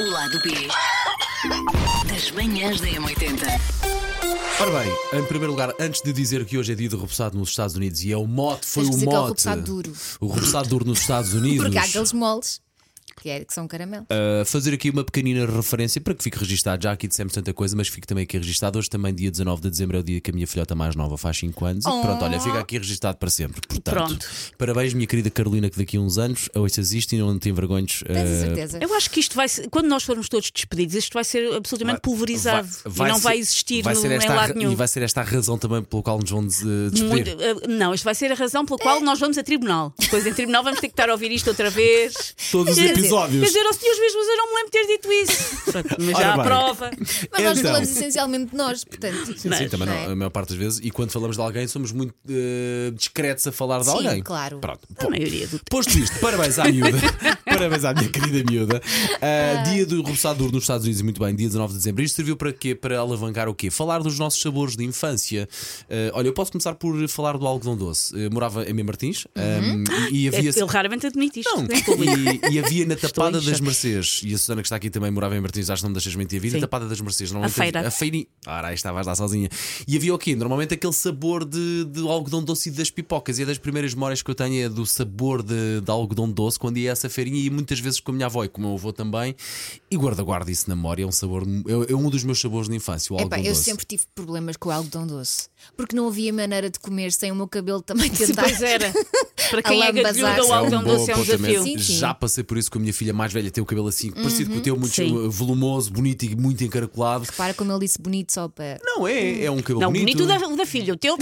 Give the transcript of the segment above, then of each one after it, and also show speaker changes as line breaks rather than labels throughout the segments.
O lado B das manhãs da M80.
Ora bem, em primeiro lugar, antes de dizer que hoje é dia de repousado nos Estados Unidos e é o mote, foi
Tens que
o
dizer que é o
mote.
repousado duro.
O repousado duro nos Estados Unidos.
Porque há aqueles moles que, é- que são caramelo.
Uh, fazer aqui uma pequenina referência para que fique registado. Já aqui dissemos tanta coisa, mas fique também aqui registado. Hoje também, dia 19 de dezembro, é o dia que a minha filhota mais nova faz 5 anos. E pronto, olha,
Oh.
fica aqui registado para sempre. Portanto,
Pronto.
parabéns, minha querida Carolina, que daqui a uns anos ouça isto e não tem vergonhos.
Tens a
uh,
certeza.
Eu acho que isto vai ser, quando nós formos todos despedidos, isto vai ser absolutamente pulverizado e não
ser-
vai existir
vai
no,
ser esta
em
a
lado
ra-
nenhum.
E vai ser esta a razão também pelo qual nos vão des- eh, despedir.
Muito- eh, não, isto vai ser a razão pela qual nós vamos a tribunal. Depois em tribunal vamos ter que estar a ouvir isto outra vez.
Todos os
Quer dizer,
Quer
episódios.
dizer, aos senhores mesmos eu não me lembro de ter dito isso. Pronto, Mas já
Ora
há
bem.
prova.
Mas nós
Então.
falamos essencialmente de nós, portanto.
Sim, também
não
não, a maior parte das vezes. E quando falamos de alguém, somos muito eh, discretos a falar de
Sim,
alguém.
claro.
Pronto.
A maioria do tempo.
Posto isto, parabéns à miúda, parabéns à minha querida miúda. Ah, dia do Repousado Duro nos Estados Unidos, muito bem, dia 19 de dezembro. Isto serviu para quê? Para alavancar o quê? Falar dos nossos sabores de infância. Ah, olha, eu posso começar por falar do algodão doce. Eu morava em M. Martins
Uhum.
ah, e, e havia.
Ele raramente admite isto. né?
Não, tipo, e, e havia na Tapada das Mercês, e a Susana que está aqui também morava em Martins, acho que não me deixas mentir, havia na
Sim.
Tapada das Mercês, normalmente
A feira.
havia- A feirinha. Ora, aí estavas lá sozinha. E havia o quê? Normalmente aquele sabor de, de algodão doce e das pipocas. E é das primeiras memórias que eu tenho é do sabor de, de algodão doce quando ia a essa feirinha e muitas vezes com a minha avó e com o meu avô também. E guarda, guarda isso na memória. É um sabor, é, é um dos meus sabores de infância, o algodão
Epá, eu
doce.
sempre tive problemas com o algodão doce. Porque não havia maneira de comer sem o meu cabelo também tentar.
Pois é. era. Para quem é
Alambazar.
gatilhuda,
Isso é
o
um
algodão
bom
doce é um
apontamento.
desafio. Uhum.
Sim, sim.
Já passei por isso com a minha filha mais velha, tem o cabelo assim, parecido com o teu, muito eh,
Sim.
volumoso, bonito e muito encaracolado.
Para como ele disse bonito só para.
Não é, é um cabelo
Não,
bonito.
bonito o da, o da filha, o teu.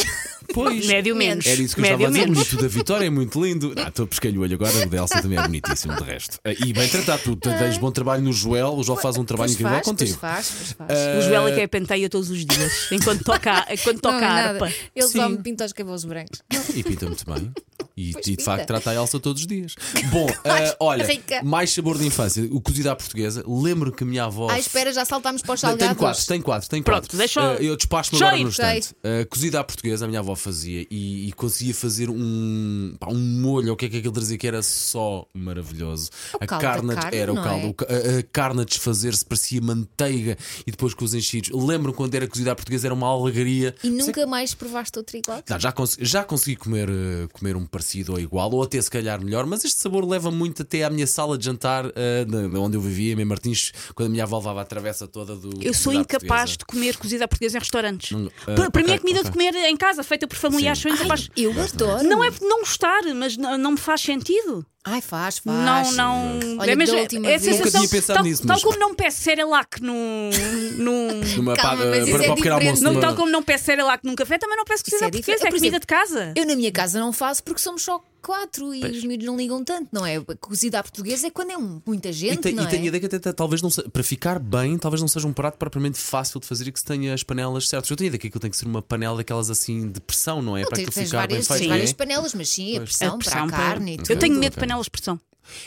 Pois.
Médio menos.
Era isso que eu
Médio
estava a dizer. O
menos.
bonito da Vitória é muito lindo. Ah, estou a pescar o olho agora. O da Elsa também é bonitíssimo, de resto. Ah, E bem tratado, tu tens bom trabalho no Joel. O Joel faz um trabalho
Pois
incrível
faz, pois
contigo.
faz, pois faz.
O Joel é que é penteia todos os dias, enquanto toca, enquanto
Eh, Não, é
toca a
nada.
harpa.
Ele só
Sim.
me pinta os cabelos brancos.
Ah, E pinta muito bem. E, e, de
pinta.
facto trata a Elsa todos os dias. Bom, ah, olha,
rica.
mais sabor de infância, o cozido à portuguesa. Lembro que a minha avó.
Ah, espera, já saltámos para os
Não,
salgados.
Tenho quatro, tenho quatro, tenho
Pronto,
quatro.
deixa
Eh,
eu-
eu despacho-me
Sei,
agora no
sei.
instante. Eh, cozida à portuguesa, a minha avó fazia e, e conseguia fazer um, pá, um molho, o que é que aquilo trazia que era só maravilhoso.
É O caldo da
carne
carne,
era o
não
caldo,
é?
o ca- a, a carne a desfazer-se, parecia manteiga e depois com os enchidos. Lembro quando era cozida à portuguesa, era uma alegria.
E nunca mais provaste outro igual?
Não, já, consegui, já consegui comer, eh, comer um parecido ou igual, ou até se calhar melhor, mas este sabor leva muito até à minha sala de jantar, eh, na- na onde eu vivia, em Martins, quando a minha avó levava a travessa toda do.
Eu
cozida
sou
à
incapaz
portuguesa.
de comer cozida à portuguesa em restaurantes.
ah,
para, para mim
ok,
é comida
ok.
de comer em casa, feita por familiares,
Sim.
sou incapaz.
Eu adoro.
Não é por não gostar, mas n- não, me faz sentido.
Ai, faz, faz.
Não, não.
Olha,
é, mas
da
é-
última
é a
vez-
sensação-
Nunca tinha pensado
tal,
nisso,
tal
mas-
como não peço Cerelac num. num
Numa
Calma,
pá-
mas
eh,
isso
para
é
para o pequeno
diferente.
almoço.
não,
numa-
tal como não peço Cerelac num café, também não peço
Isso
cozida à
é diferente.
portuguesa, é
Eu, por
comida
exemplo,
de casa.
Eu na minha casa não faço porque somos só quatro e os miúdos não ligam tanto, não é? Cozida à portuguesa é quando é um- muita
E,
gente,
tem,
não
e
é?
tenho a ideia que até, até talvez não se- para ficar bem, talvez não seja um prato propriamente fácil de fazer e que se tenha as panelas certas. Eu tenho a ideia que aquilo tem que ser uma panela daquelas assim de pressão, não é?
Não,
para
tens,
aquilo
tens
ficar
várias,
bem
tens
feito. É?
várias panelas, mas sim, a pressão,
A pressão
para a
para-
carne e
Eu
tudo.
tenho
Ok,
medo de
ok.
panelas de pressão.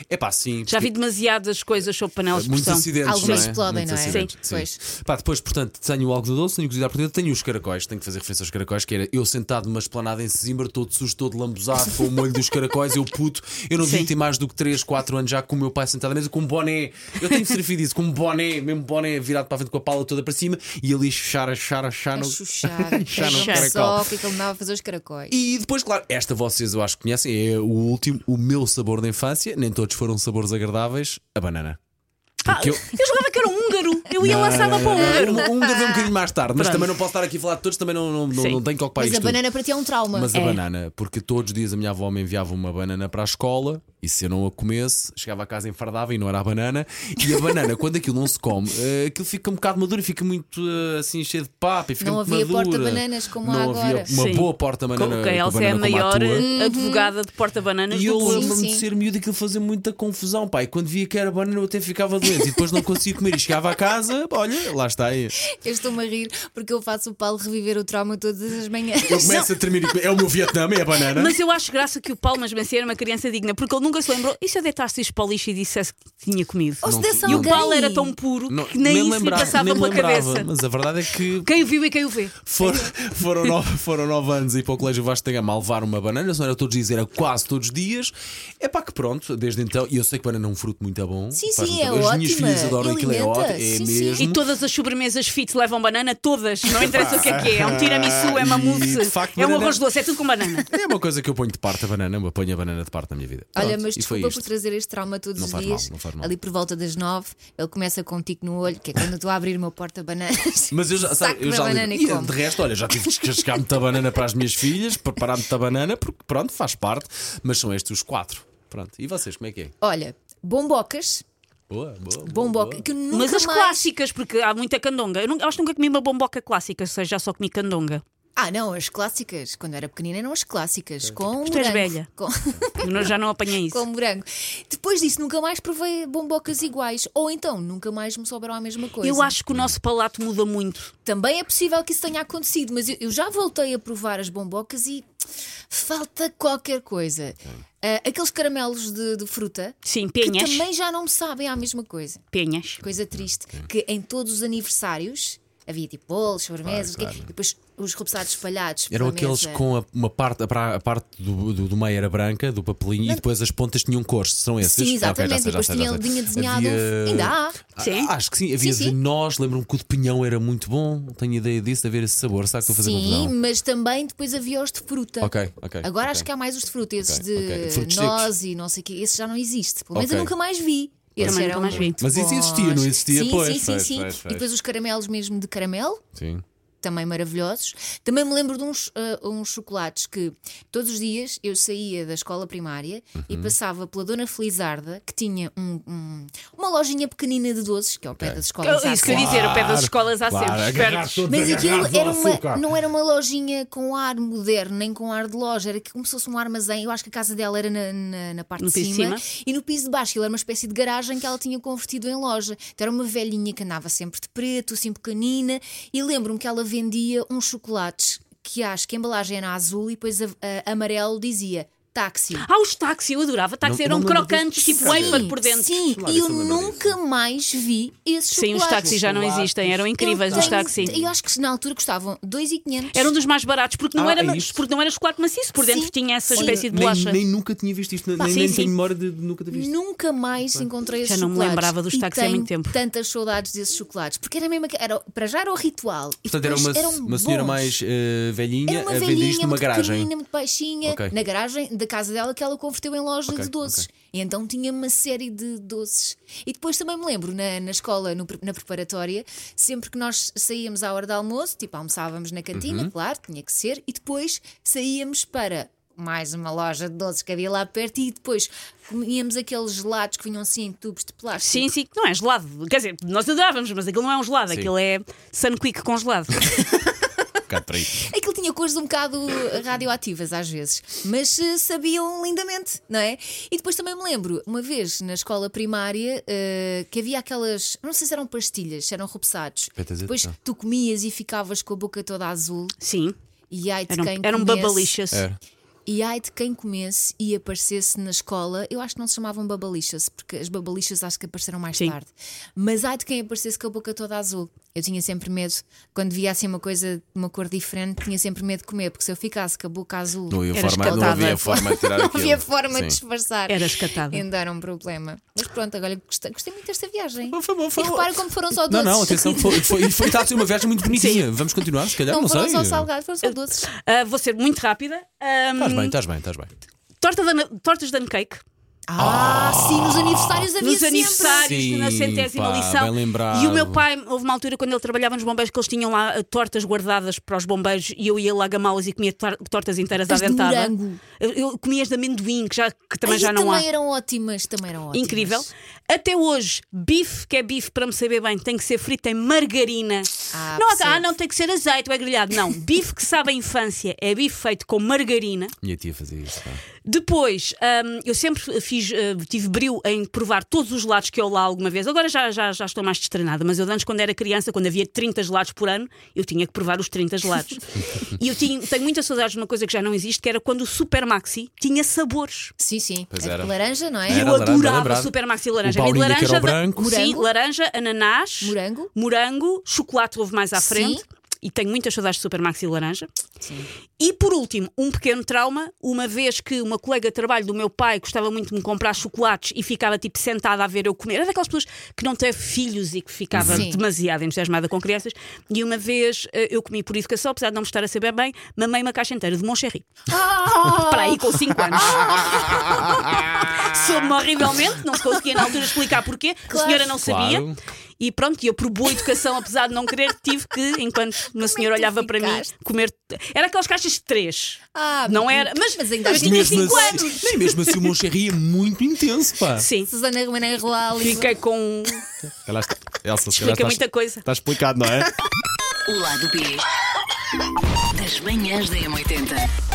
É pá, sim.
Já vi
porque-
demasiadas coisas sobre panelas de
Muitos
pressão.
acidentes,
É Algumas
não é?
explodem,
Muitos
não é?
acidentes,
Sim,
Pá, depois, portanto, tenho o algodão doce, tenho cozida à portuguesa, tenho os caracóis, tenho que fazer referência aos caracóis, que era eu sentado numa esplanada em Sesimbra, todo sujo, todo lambuzado, com o molho dos caracóis, eu puto, eu não devia
Sim.
ter mais do que 3, 4 anos já com o meu pai sentado à mesa, com um boné, eu tenho servido isso, com um boné, mesmo boné virado para a frente com a pala toda para cima, e ali chuchar, achar, achar,
A
no-
chuchar,
Já
a
não
chuchar
caracol.
só, que ele andava a fazer os caracóis.
E depois, claro, esta vocês eu acho que conhecem, é o último, o meu sabor da infância, nem todos foram sabores agradáveis, a banana.
Ah,
Porque
eu...
eu-
jogava que era um húngaro. Eu ia lançava para o húngaro.
Um, um gravei um bocadinho mais tarde, mas
Pronto.
também não posso estar aqui a falar de todos, também não, não, não,
Sim.
não tenho que ocupar
Mas
isto.
a banana para ti é um trauma.
Mas a
É.
banana, porque todos os dias a minha avó me enviava uma banana para a escola e se eu não a comesse, chegava a casa enfardava e não era a banana. E a banana, quando aquilo não se come, eh, aquilo fica um bocado maduro e fica muito eh, assim cheio de papa e fica
Não
muito
havia
madura.
porta-bananas como há
não havia
agora.
uma
Sim.
boa porta-banana.
a Elsa é a
banana como
maior
tua.
advogada de porta-bananas
E
do
eu
clube.
Sim,
lembro-me de
sim.
ser miúdo aquilo fazia muita confusão, pai. Quando via que era banana, eu até ficava doente e depois não conseguia comer. E chegava a casa, olha, lá está aí.
Eu estou-me a rir porque eu faço o Paulo reviver o trauma todas as manhãs.
Eu começo a tremer e comer. É o meu Vietnã, é a banana.
Mas eu acho graça que o Paulo Masbenci era uma criança digna, porque ele nunca se lembrou. E se eu deitasse isto para o lixo e dissesse que tinha comido?
Ou se
Não-
desse
e o
O
alguém.
Paulo era tão puro
Não-
que nem, isso
lembrava-
lhe passava
nem
pela
lembrava,
cabeça.
Mas a verdade é que
Quem o viu e quem o vê.
for- foram, nove, foram nove anos e para o Colégio Vasco da Gama a levar uma banana, se não era todos os dias, era quase todos os dias. É pá, que pronto, desde então, e eu sei que banana é um fruto muito bom.
Sim,
faz
sim,
muito
é
bem. As minhas
ótima,
filhas adoram aquilo, é
alimenta,
ótimo, é
sim, sim.
mesmo.
E todas as sobremesas fit levam banana, todas. Não interessa o que é que é. É um tiramisu, é uma
E,
mousse,
de facto,
é um
banana-
arroz doce, é tudo com banana.
É uma coisa que eu ponho de parte a banana, eu ponho a banana de parte na minha vida.
Olha,
Pronto,
mas
e foi
desculpa por
isto.
trazer este trauma todos
Não
os
faz
dias.
mal, não faz mal.
Ali por volta das nove, ele começa com um tico no olho, que é quando eu estou a abrir o meu porta-bananas.
Mas eu já, sabe,
Saco
eu
da
já
banana
li-
e
e
como.
de resto, olha, já tive de descascar muita banana para as minhas filhas, preparar muita banana, porque pronto, faz parte, mas são estes os quatro. Pronto. E vocês, como é que é?
Olha, bombocas,
Boa, boa. boa,
bomboca,
boa.
que eu nunca
Mas as
mais...
clássicas, porque há muita candonga. Eu, nunca- acho que nunca comi uma bomboca clássica, ou seja, já só comi candonga.
Ah, não, as clássicas. Quando eu era pequenina eram as clássicas. Com
tu és
morango.
velha.
Com...
Eu não- já não apanhei
com
isso.
morango. Depois disso, nunca mais provei bombocas iguais. Ou então, nunca mais me souberam a mesma coisa.
Eu acho que o nosso palato muda muito.
Também é possível que isso tenha acontecido, mas eu, eu já voltei a provar as bombocas e falta qualquer coisa. Ah, aqueles caramelos de, de fruta
Sim,
que
penhas.
também já não me sabem à mesma coisa.
Penhas.
Coisa triste, que em todos os aniversários havia tipo bolos, sobremesas,
Claro,
o quê? e depois os repousados espalhados.
Eram
pela
aqueles
mesa.
com a- uma parte, a, pra- a parte do, do, do meio era branca, do papelinho, e depois as pontas tinham cores, são esses?
Sim,
Ah, ok,
exatamente.
já sei, já
depois
sei,
tinha
já sei.
linha desenhada. um-
Havia-
Ainda há.
Ah,
Sim.
Acho que sim, havia
Sim,
de
sim.
nós, lembro-me que o de pinhão era muito bom, tenho ideia disso, de haver esse sabor, sabe que eu fazia
Sim,
confusão?
mas também depois havia os de fruta.
Ok, ok,
Agora
ok.
acho que há mais os de fruta, esses
Ok, ok.
de
Frutos
noz e não sei o quê. Esse já não existe. Pelo menos
Ok.
eu nunca mais vi. Esse
Também
era
nunca mais
um-
vi.
Mas isso existia, não
bons.
existia?
Sim,
Pois,
sim, sim,
pois,
sim.
pois, pois.
E depois os caramelos mesmo de caramelo,
Sim.
também maravilhosos. Também me lembro de uns, ah, uns chocolates que todos os dias eu saía da escola primária e passava pela Dona Felizarda, que tinha um- um- uma lojinha pequenina de doces, que é ao pé das escolas.
Eu-
há
Então, isso que eu ia
sempre.
dizer, o pé das escolas há
claro,
sempre.
agarrar
espertos.
todos
Mas
Ah,
aquilo
agarrados ao
era uma,
açúcar.
não era uma lojinha com ar moderno, nem com ar de loja, era que como se fosse um armazém. Eu acho que a casa dela era na, na- na parte
No
de
piso de
cima,
cima.
e no piso de baixo aquilo era uma espécie de garagem que ela tinha convertido em loja. Então era uma velhinha que andava sempre de preto, assim pequenina, e lembro-me que ela vendia uns chocolates que acho que a embalagem era azul e depois a- a- amarelo dizia táxi.
Ah, os táxis, eu adorava. Táxis
Não-
eram
não me lembro
crocantes,
disso.
tipo wafer por dentro.
Sim,
Claro,
e eu
isso eu lembro
nunca mais vi esses
Sim,
chocolates.
os táxis já não existem, eram incríveis
eu
os
tenho-
táxis.
Eu acho que na altura custavam 2,500.
Era um dos mais baratos, porque não,
Ah,
era,
é isso.
porque não era chocolate maciço, por dentro
Sim.
tinha essa
Olha,
espécie de
Nem-
bolacha.
Nem, nunca tinha visto isto, nem,
Pá,
nem,
sim,
nem
sim.
tenho memória de nunca ter visto.
Nunca mais encontrei esses
Já não me
chocolates.
lembrava dos
E
táxis há muito
tenho
tempo.
tantas saudades desses chocolates, porque era mesmo. que- Era, para já era o ritual. E
Portanto, era uma,
depois eram
uma senhora
bons.
mais eh, velhinha
Era uma
a vender isto
velhinha,
numa
muito
garagem.
pequenina, muito baixinha,
Ok.
na garagem da casa dela que ela converteu em loja
Ok,
de doces. E então tinha uma série de doces. E depois também me lembro, na, na escola, no pre- na preparatória, sempre que nós saíamos à hora de almoço, tipo almoçávamos na cantina,
Uhum.
claro, tinha que ser, e depois saíamos para mais uma loja de doces que havia lá perto e depois comíamos aqueles gelados que vinham assim em tubos de plástico.
Sim, sim, não é gelado. Quer dizer, nós adorávamos, mas aquilo não é um gelado,
Sim.
aquilo é Sun Quick congelado.
Um bocado para aí.
Aquilo tinha cores um bocado radioativas às vezes, mas eh, sabiam lindamente, não é? E depois também me lembro, uma vez na escola primária, eh, que havia aquelas, não sei se eram pastilhas, se eram repousados.
Petas de
Depois
atenção.
tu comias e ficavas com a boca toda azul.
Sim, um
E ai de
eram,
quem
eram
comesse-
babalixas.
Era.
E ai de quem comesse e aparecesse na escola, eu acho que não se chamavam babalixas, porque as babalixas acho que apareceram mais
Sim.
tarde. Mas ai de quem aparecesse com a boca toda azul. Eu tinha sempre medo, quando via assim uma coisa de uma cor diferente, tinha sempre medo de comer, porque se eu ficasse com a boca azul,
Não havia
Era
forma, não
escaldada.
havia forma de tirar
não
aquilo.
havia forma de
Sim.
disfarçar.
Era escatada.
Ainda era um problema. Mas pronto, agora gostei, gostei muito desta viagem.
Foi bom, foi
e
bom.
repara como foram só
Não,
doces.
não, atenção, foi, foi, foi está a ser uma viagem muito bonitinha. Vamos continuar, se calhar,
Não
não,
foram
sei.
só salgados, foram só doces.
Ah, vou ser muito rápida. Ah,
Estás bem, estás bem, estás bem.
torta de- tortas de cake.
Ah, sim, nos aniversários havia
nos
sempre.
aniversários,
Sim,
na centésima
pá,
lição.
bem lembrado.
E o meu pai, houve uma altura quando ele trabalhava nos bombeiros que eles tinham lá ah, tortas guardadas para os bombeiros e eu ia lá gamá-las e comia tor- tortas inteiras
As
à
de
dentada.
morango.
Eu, eu comia as de amendoim, que, já, que também
Ai,
já não há.
também eram ótimas, também eram ótimas.
Incrível. Até hoje, bife, que é bife para me saber bem, tem que ser frito em margarina.
Ah,
não,
percebo.
ah, não tem que ser azeite ou é grelhado. Não, bife que sabe a infância é bife feito com margarina.
Minha tia fazia isso. pá.
Depois, hum, eu sempre fiz, eh, tive brilho em provar todos os lados que eu lá alguma vez. Agora já, já, já estou mais destrenada, mas eu antes, quando era criança, quando havia 30 gelados por ano, eu tinha que provar os 30 gelados. e eu tinha- tenho muitas saudades de uma coisa que já não existe, que era quando o Super Maxi tinha sabores.
Sim, sim.
Pois
é de
era.
laranja, não é?
Era.
eu
laranja,
adorava
lembrado.
Super Maxi
O
laranja.
Paulinho
Havia de
que era o
laranja,
branco.
de- Sim,
Morango.
laranja, ananás,
Morango.
morango, chocolate houve mais à
Sim.
frente. E tenho muitas saudades de Super Maxi laranja.
Sim.
E por último, um pequeno trauma, uma vez que uma colega de trabalho do meu pai gostava muito de me comprar chocolates e ficava tipo sentada a ver eu comer. Era daquelas pessoas que não teve filhos e que ficava
Sim.
demasiado entusiasmada com crianças. E uma vez eh, eu comi por educação, apesar de não me estar a saber bem, mamei uma caixa inteira de Moncherry. Para aí com 5 anos. Soube-me horrivelmente, não conseguia na altura explicar porquê,
Claro.
a senhora não sabia.
Claro.
E pronto, eu por boa educação, apesar de não querer, tive que, enquanto uma senhora
é tu
olhava para mim,
ficaste?
comer. Era aquelas caixas de três.
Ah,
não era. Mas,
mas ainda
eu
assim-
tinha 5 anos.
assim, nem mesmo assim o Moncherry é muito intenso, pá.
Sim.
Susana Romana Roal e
Fiquei com.
Ela está- Elsa, se
Explica
calhar
muita coisa.
Está explicado, não é?
O lado B das manhãs da M80.